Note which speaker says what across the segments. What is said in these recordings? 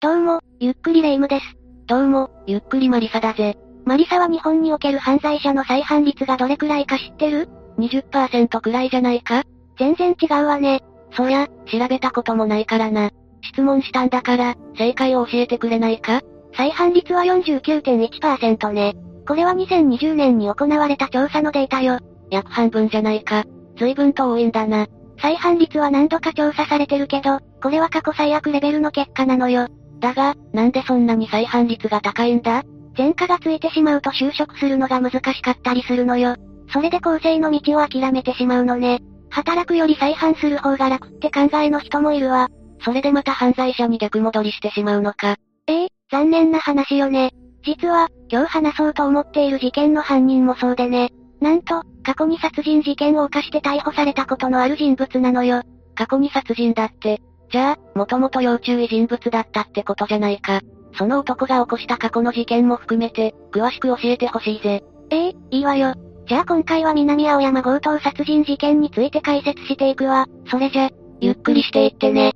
Speaker 1: どうも、ゆっくりレ夢ムです。
Speaker 2: どうも、ゆっくりマリサだぜ。
Speaker 1: マリサは日本における犯罪者の再犯率がどれくらいか知ってる
Speaker 2: 20%くらいじゃないか
Speaker 1: 全然違うわね。
Speaker 2: そりゃ、調べたこともないからな。質問したんだから、正解を教えてくれないか
Speaker 1: 再犯率は49.1%ね。これは2020年に行われた調査のデータよ。
Speaker 2: 約半分じゃないか。随分と多いんだな。
Speaker 1: 再犯率は何度か調査されてるけど、これは過去最悪レベルの結果なのよ。
Speaker 2: だが、なんでそんなに再犯率が高いんだ
Speaker 1: 前科がついてしまうと就職するのが難しかったりするのよ。それで更生の道を諦めてしまうのね。働くより再犯する方が楽って考えの人もいるわ。
Speaker 2: それでまた犯罪者に逆戻りしてしまうのか。
Speaker 1: ええー、残念な話よね。実は、今日話そうと思っている事件の犯人もそうでね。なんと、過去に殺人事件を犯して逮捕されたことのある人物なのよ。
Speaker 2: 過去に殺人だって。じゃあ、もともと要注意人物だったってことじゃないか。その男が起こした過去の事件も含めて、詳しく教えてほしいぜ。
Speaker 1: ええー、いいわよ。じゃあ今回は南青山強盗殺人事件について解説していくわ。それじゃ、
Speaker 2: ゆっくりしていってね。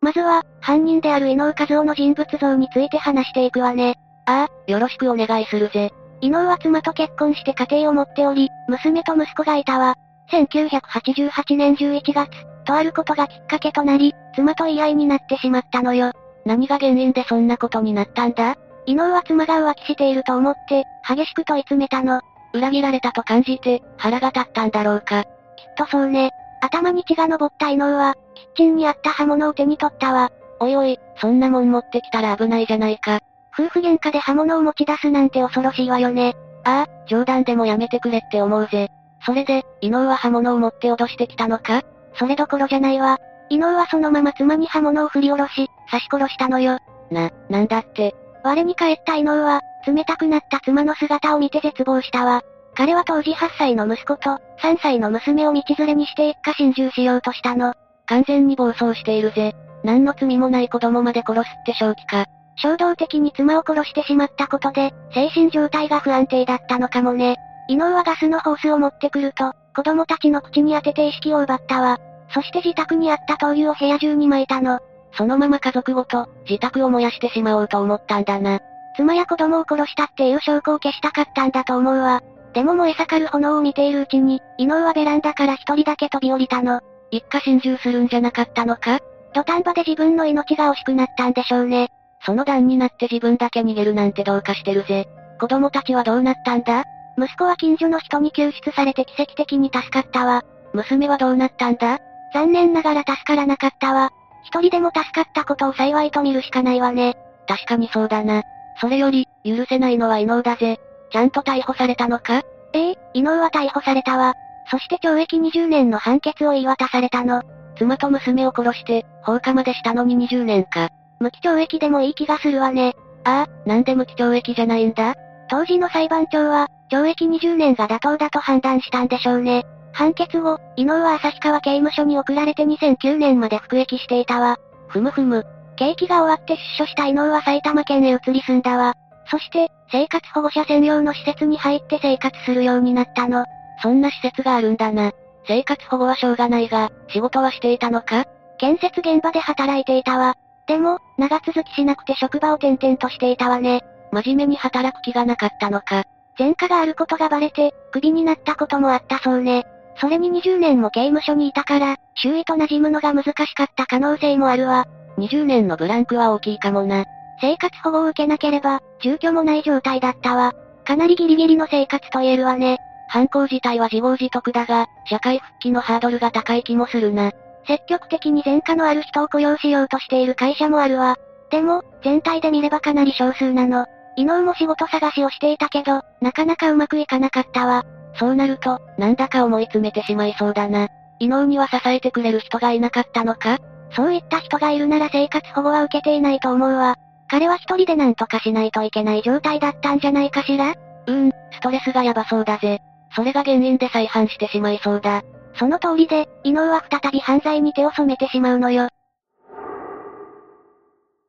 Speaker 1: まずは、犯人である伊能和夫の人物像について話していくわね。
Speaker 2: ああ、よろしくお願いするぜ。
Speaker 1: 伊能は妻と結婚して家庭を持っており、娘と息子がいたわ。1988年11月、とあることがきっかけとなり、妻と言い合いになってしまったのよ。
Speaker 2: 何が原因でそんなことになったんだ
Speaker 1: 伊能は妻が浮気していると思って、激しく問い詰めたの。
Speaker 2: 裏切られたと感じて、腹が立ったんだろうか。
Speaker 1: きっとそうね。頭に血が昇った伊能は、キッチンにあった刃物を手に取ったわ。
Speaker 2: おいおい、そんなもん持ってきたら危ないじゃないか。
Speaker 1: 夫婦喧嘩で刃物を持ち出すなんて恐ろしいわよね。
Speaker 2: ああ、冗談でもやめてくれって思うぜ。それで、伊能は刃物を持って脅してきたのか
Speaker 1: それどころじゃないわ。伊能はそのまま妻に刃物を振り下ろし、刺し殺したのよ。
Speaker 2: な、なんだって。
Speaker 1: 我に返った伊能は、冷たくなった妻の姿を見て絶望したわ。彼は当時8歳の息子と、3歳の娘を道連れにして一家心中しようとしたの。
Speaker 2: 完全に暴走しているぜ。何の罪もない子供まで殺すって正気か。
Speaker 1: 衝動的に妻を殺してしまったことで、精神状態が不安定だったのかもね。伊能はガスのホースを持ってくると、子供たちの口に当てて意識を奪ったわ。そして自宅にあった灯油を部屋中に撒いたの。
Speaker 2: そのまま家族ごと、自宅を燃やしてしまおうと思ったんだな。
Speaker 1: 妻や子供を殺したっていう証拠を消したかったんだと思うわ。でも燃え盛る炎を見ているうちに、伊能はベランダから一人だけ飛び降りたの。
Speaker 2: 一家心中するんじゃなかったのか
Speaker 1: 土壇場で自分の命が惜しくなったんでしょうね。
Speaker 2: その段になって自分だけ逃げるなんてどうかしてるぜ。子供たちはどうなったんだ
Speaker 1: 息子は近所の人に救出されて奇跡的に助かったわ。
Speaker 2: 娘はどうなったんだ
Speaker 1: 残念ながら助からなかったわ。一人でも助かったことを幸いと見るしかないわね。
Speaker 2: 確かにそうだな。それより、許せないのは伊能だぜ。ちゃんと逮捕されたのか
Speaker 1: ええ、伊能は逮捕されたわ。そして懲役20年の判決を言い渡されたの。
Speaker 2: 妻と娘を殺して、放火までしたのに20年か。
Speaker 1: 無期懲役でもいい気がするわね。
Speaker 2: ああ、なんで無期懲役じゃないんだ
Speaker 1: 当時の裁判長は、懲役20年が妥当だと判断したんでしょうね。判決後、伊能は旭川刑務所に送られて2009年まで服役していたわ。
Speaker 2: ふむふむ。
Speaker 1: 刑期が終わって出所した伊能は埼玉県へ移り住んだわ。そして、生活保護者専用の施設に入って生活するようになったの。
Speaker 2: そんな施設があるんだな。生活保護はしょうがないが、仕事はしていたのか
Speaker 1: 建設現場で働いていたわ。でも、長続きしなくて職場を転々としていたわね。
Speaker 2: 真面目に働く気がなかったのか。
Speaker 1: 前科があることがバレて、クビになったこともあったそうね。それに20年も刑務所にいたから、周囲と馴染むのが難しかった可能性もあるわ。
Speaker 2: 20年のブランクは大きいかもな。
Speaker 1: 生活保護を受けなければ、住居もない状態だったわ。かなりギリギリの生活と言えるわね。
Speaker 2: 犯行自体は自業自得だが、社会復帰のハードルが高い気もするな。
Speaker 1: 積極的に前科のある人を雇用しようとしている会社もあるわ。でも、全体で見ればかなり少数なの。伊能も仕事探しをしていたけど、なかなかうまくいかなかったわ。
Speaker 2: そうなると、なんだか思い詰めてしまいそうだな。伊能には支えてくれる人がいなかったのか
Speaker 1: そういった人がいるなら生活保護は受けていないと思うわ。彼は一人で何とかしないといけない状態だったんじゃないかしら
Speaker 2: うーん、ストレスがやばそうだぜ。それが原因で再犯してしまいそうだ。
Speaker 1: その通りで、伊能は再び犯罪に手を染めてしまうのよ。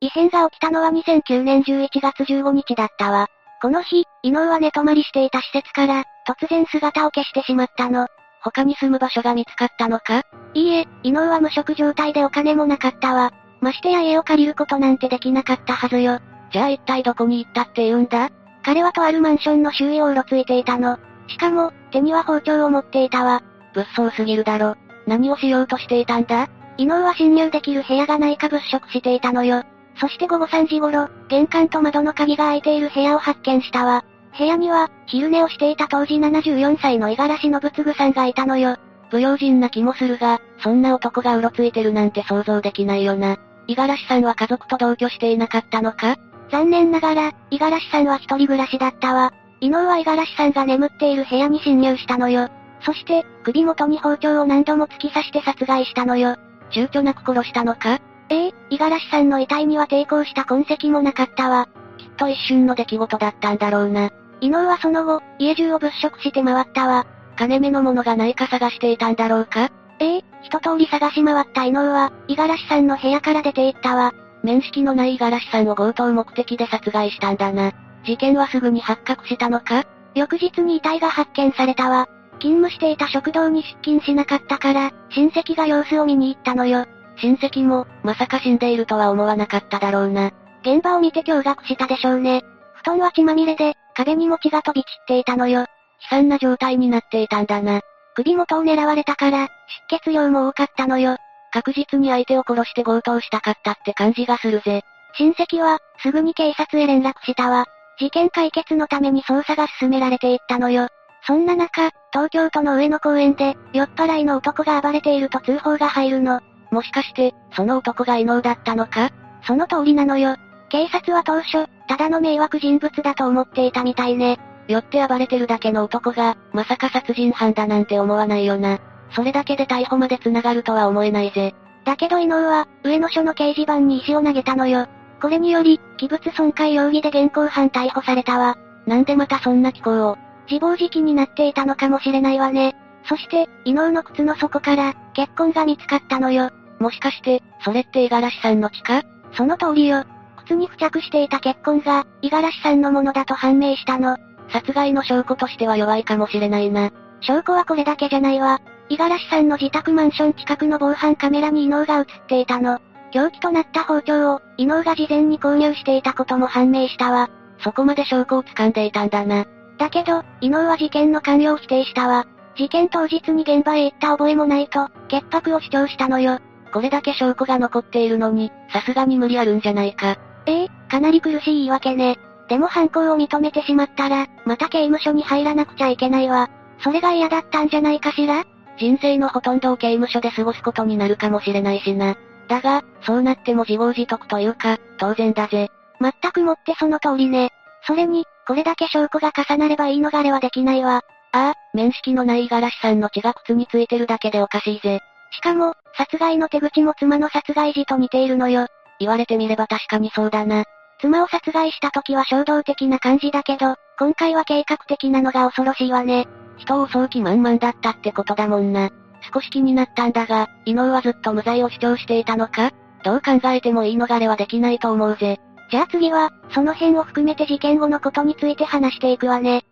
Speaker 1: 異変が起きたのは2009年11月15日だったわ。この日、伊能は寝泊まりしていた施設から、突然姿を消してしまったの。
Speaker 2: 他に住む場所が見つかったのか
Speaker 1: いいえ、伊能は無職状態でお金もなかったわ。ましてや家を借りることなんてできなかったはずよ。
Speaker 2: じゃあ一体どこに行ったって言うんだ
Speaker 1: 彼はとあるマンションの周囲をうろついていたの。しかも、手には包丁を持っていたわ。
Speaker 2: 物騒すぎるだろ。何をしようとしていたんだ
Speaker 1: 伊能は侵入できる部屋がないか物色していたのよ。そして午後3時頃、玄関と窓の鍵が開いている部屋を発見したわ。部屋には、昼寝をしていた当時74歳の五十嵐信次さんがいたのよ。
Speaker 2: 不用心な気もするが、そんな男がうろついてるなんて想像できないよな。五十嵐さんは家族と同居していなかったのか
Speaker 1: 残念ながら、五十嵐さんは一人暮らしだったわ。伊能は五十嵐さんが眠っている部屋に侵入したのよ。そして、首元に包丁を何度も突き刺して殺害したのよ。
Speaker 2: 躊躇なく殺したのか
Speaker 1: ええ、五十嵐さんの遺体には抵抗した痕跡もなかったわ。
Speaker 2: きっと一瞬の出来事だったんだろうな。
Speaker 1: 伊能はその後、家中を物色して回ったわ。
Speaker 2: 金目のものがないか探していたんだろうか
Speaker 1: ええ、一通り探し回った伊能は、五十嵐さんの部屋から出て行ったわ。
Speaker 2: 面識のない五十嵐さんを強盗目的で殺害したんだな。事件はすぐに発覚したのか
Speaker 1: 翌日に遺体が発見されたわ。勤務していた食堂に出勤しなかったから、親戚が様子を見に行ったのよ。
Speaker 2: 親戚も、まさか死んでいるとは思わなかっただろうな。
Speaker 1: 現場を見て驚愕したでしょうね。布団は血まみれで、壁にも血が飛び散っていたのよ。悲
Speaker 2: 惨な状態になっていたんだな。
Speaker 1: 首元を狙われたから、出血量も多かったのよ。
Speaker 2: 確実に相手を殺して強盗したかったって感じがするぜ。
Speaker 1: 親戚は、すぐに警察へ連絡したわ。事件解決のために捜査が進められていったのよ。そんな中、東京都の上野公園で、酔っ払いの男が暴れていると通報が入るの。
Speaker 2: もしかして、その男が異能だったのか
Speaker 1: その通りなのよ。警察は当初、ただの迷惑人物だと思っていたみたいね。
Speaker 2: 酔って暴れてるだけの男が、まさか殺人犯だなんて思わないよな。それだけで逮捕まで繋がるとは思えないぜ。
Speaker 1: だけど異能は、上野署の掲示板に石を投げたのよ。これにより、器物損壊容疑で現行犯逮捕されたわ。
Speaker 2: なんでまたそんな気候を。
Speaker 1: 自暴自棄になっていたのかもしれないわね。そして、異能の靴の底から、血痕が見つかったのよ。
Speaker 2: もしかして、それって五十嵐さんの血か
Speaker 1: その通りよ。靴に付着していた血痕が、五十嵐さんのものだと判明したの。
Speaker 2: 殺害の証拠としては弱いかもしれないな。
Speaker 1: 証拠はこれだけじゃないわ。五十嵐さんの自宅マンション近くの防犯カメラに異能が映っていたの。凶器となった包丁を、異能が事前に購入していたことも判明したわ。
Speaker 2: そこまで証拠を掴んでいたんだな。
Speaker 1: だけど、伊能は事件の関与を否定したわ。事件当日に現場へ行った覚えもないと、潔白を主張したのよ。
Speaker 2: これだけ証拠が残っているのに、さすがに無理あるんじゃないか。
Speaker 1: ええかなり苦しい言い訳ね。でも犯行を認めてしまったら、また刑務所に入らなくちゃいけないわ。それが嫌だったんじゃないかしら
Speaker 2: 人生のほとんどを刑務所で過ごすことになるかもしれないしな。だが、そうなっても自業自得というか、当然だぜ。
Speaker 1: 全くもってその通りね。それに、これだけ証拠が重なれば言い逃れはできないわ。
Speaker 2: ああ、面識のない五十嵐さんの血が靴についてるだけでおかしいぜ。
Speaker 1: しかも、殺害の手口も妻の殺害時と似ているのよ。
Speaker 2: 言われてみれば確かにそうだな。
Speaker 1: 妻を殺害した時は衝動的な感じだけど、今回は計画的なのが恐ろしいわね。
Speaker 2: 人を襲う気満々だったってことだもんな。少し気になったんだが、伊能はずっと無罪を主張していたのかどう考えても言い逃れはできないと思うぜ。
Speaker 1: じゃあ次は、その辺を含めて事件後のことについて話していくわね。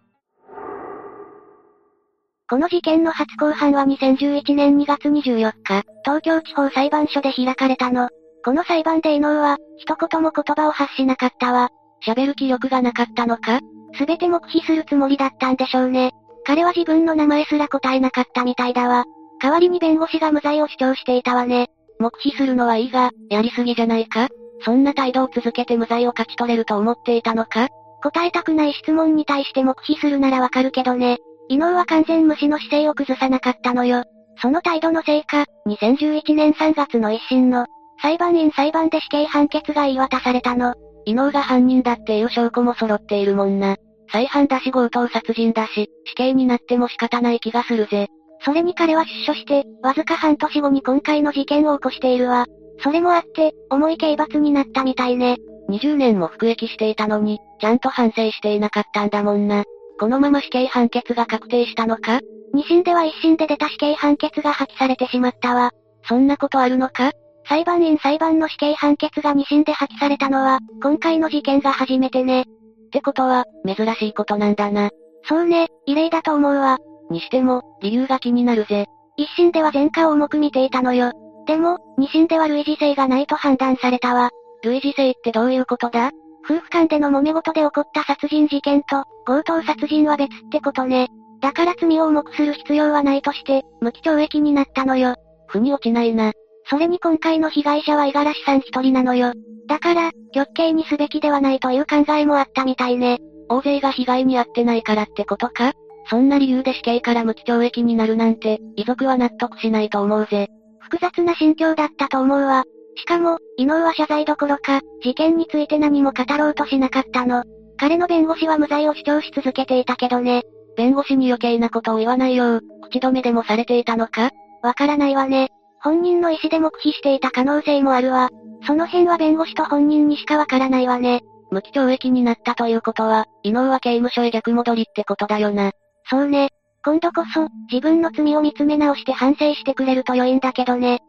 Speaker 1: この事件の初公判は2011年2月24日、東京地方裁判所で開かれたの。この裁判で伊能は、一言も言葉を発しなかったわ。
Speaker 2: 喋る気力がなかったのか
Speaker 1: すべて黙秘するつもりだったんでしょうね。彼は自分の名前すら答えなかったみたいだわ。代わりに弁護士が無罪を主張していたわね。
Speaker 2: 黙秘するのはいいが、やりすぎじゃないかそんな態度を続けて無罪を勝ち取れると思っていたのか
Speaker 1: 答えたくない質問に対して黙秘するならわかるけどね。伊能は完全無視の姿勢を崩さなかったのよ。その態度のせいか、2011年3月の一審の、裁判員裁判で死刑判決が言い渡されたの。
Speaker 2: 伊能が犯人だっていう証拠も揃っているもんな。再犯だし強盗殺人だし、死刑になっても仕方ない気がするぜ。
Speaker 1: それに彼は出所して、わずか半年後に今回の事件を起こしているわ。それもあって、重い刑罰になったみたいね。
Speaker 2: 20年も服役していたのに、ちゃんと反省していなかったんだもんな。このまま死刑判決が確定したのか
Speaker 1: 二審では一審で出た死刑判決が破棄されてしまったわ。
Speaker 2: そんなことあるのか
Speaker 1: 裁判員裁判の死刑判決が二審で破棄されたのは、今回の事件が初めてね。
Speaker 2: ってことは、珍しいことなんだな。
Speaker 1: そうね、異例だと思うわ。
Speaker 2: にしても、理由が気になるぜ。
Speaker 1: 一審では前科を重く見ていたのよ。でも、二審では類似性がないと判断されたわ。
Speaker 2: 類似性ってどういうことだ
Speaker 1: 夫婦間での揉め事で起こった殺人事件と、強盗殺人は別ってことね。だから罪を重くする必要はないとして、無期懲役になったのよ。
Speaker 2: 腑に落ちないな。
Speaker 1: それに今回の被害者は五十嵐さん一人なのよ。だから、極刑にすべきではないという考えもあったみたいね。
Speaker 2: 大勢が被害に遭ってないからってことかそんな理由で死刑から無期懲役になるなんて、遺族は納得しないと思うぜ。
Speaker 1: 複雑な心境だったと思うわ。しかも、伊能は謝罪どころか、事件について何も語ろうとしなかったの。彼の弁護士は無罪を主張し続けていたけどね。
Speaker 2: 弁護士に余計なことを言わないよう、口止めでもされていたのか
Speaker 1: わからないわね。本人の意思で黙秘していた可能性もあるわ。その辺は弁護士と本人にしかわからないわね。
Speaker 2: 無期懲役になったということは、伊能は刑務所へ逆戻りってことだよな。
Speaker 1: そうね。今度こそ、自分の罪を見つめ直して反省してくれると良いんだけどね。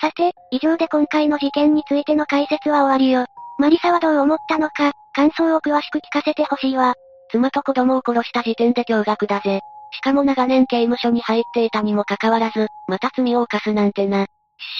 Speaker 1: さて、以上で今回の事件についての解説は終わりよ。マリサはどう思ったのか、感想を詳しく聞かせてほしいわ。
Speaker 2: 妻と子供を殺した時点で驚愕だぜ。しかも長年刑務所に入っていたにもかかわらず、また罪を犯すなんてな。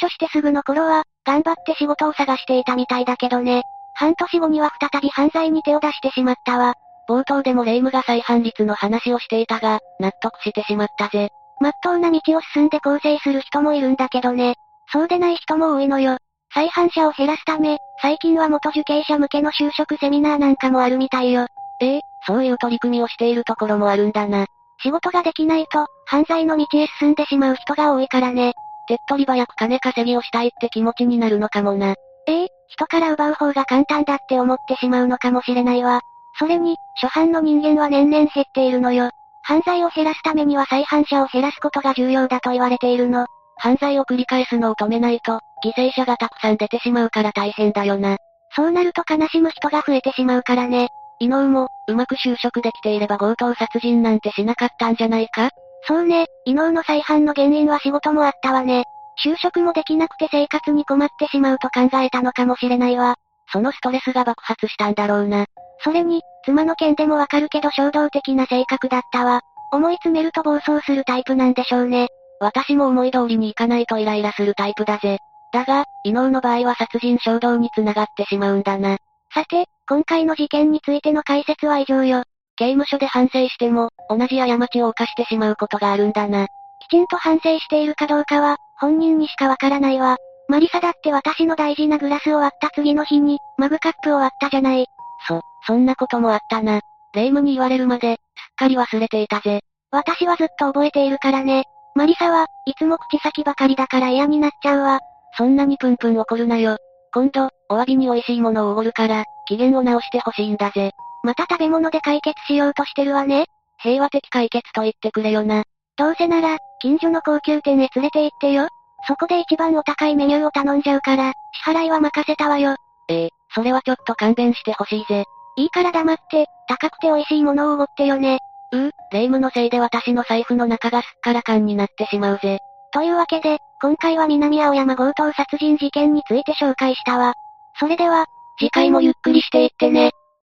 Speaker 1: 出所してすぐの頃は、頑張って仕事を探していたみたいだけどね。半年後には再び犯罪に手を出してしまったわ。
Speaker 2: 冒頭でも霊夢が再犯率の話をしていたが、納得してしまったぜ。
Speaker 1: まっとうな道を進んで構成する人もいるんだけどね。そうでない人も多いのよ。再犯者を減らすため、最近は元受刑者向けの就職セミナーなんかもあるみたいよ。
Speaker 2: ええ、そういう取り組みをしているところもあるんだな。
Speaker 1: 仕事ができないと、犯罪の道へ進んでしまう人が多いからね。
Speaker 2: 手っ取り早く金稼ぎをしたいって気持ちになるのかもな。
Speaker 1: ええ、人から奪う方が簡単だって思ってしまうのかもしれないわ。それに、初犯の人間は年々減っているのよ。犯罪を減らすためには再犯者を減らすことが重要だと言われているの。
Speaker 2: 犯罪を繰り返すのを止めないと、犠牲者がたくさん出てしまうから大変だよな。
Speaker 1: そうなると悲しむ人が増えてしまうからね。
Speaker 2: 伊能も、うまく就職できていれば強盗殺人なんてしなかったんじゃないか
Speaker 1: そうね、異能の再犯の原因は仕事もあったわね。就職もできなくて生活に困ってしまうと考えたのかもしれないわ。
Speaker 2: そのストレスが爆発したんだろうな。
Speaker 1: それに、妻の件でもわかるけど衝動的な性格だったわ。思い詰めると暴走するタイプなんでしょうね。
Speaker 2: 私も思い通りにいかないとイライラするタイプだぜ。だが、異能の場合は殺人衝動につながってしまうんだな。
Speaker 1: さて、今回の事件についての解説は以上よ。
Speaker 2: 刑務所で反省しても、同じ過ちを犯してしまうことがあるんだな。
Speaker 1: きちんと反省しているかどうかは、本人にしかわからないわ。マリサだって私の大事なグラスを割った次の日に、マグカップを割ったじゃない。
Speaker 2: そ、そんなこともあったな。霊夢に言われるまで、すっかり忘れていたぜ。
Speaker 1: 私はずっと覚えているからね。マリサはいつも口先ばかりだから嫌になっちゃうわ。
Speaker 2: そんなにプンプン怒るなよ。今度、お詫びに美味しいものをおごるから、機嫌を直してほしいんだぜ。
Speaker 1: また食べ物で解決しようとしてるわね。
Speaker 2: 平和的解決と言ってくれよな。
Speaker 1: どうせなら、近所の高級店へ連れて行ってよ。そこで一番お高いメニューを頼んじゃうから、支払いは任せたわよ。
Speaker 2: ええ、それはちょっと勘弁してほしいぜ。
Speaker 1: いいから黙って、高くて美味しいものをおごってよね。
Speaker 2: うう、霊夢のせいで私の財布の中がすっからかんになってしまうぜ。
Speaker 1: というわけで、今回は南青山強盗殺人事件について紹介したわ。それでは、
Speaker 2: 次回もゆっくりしていってね。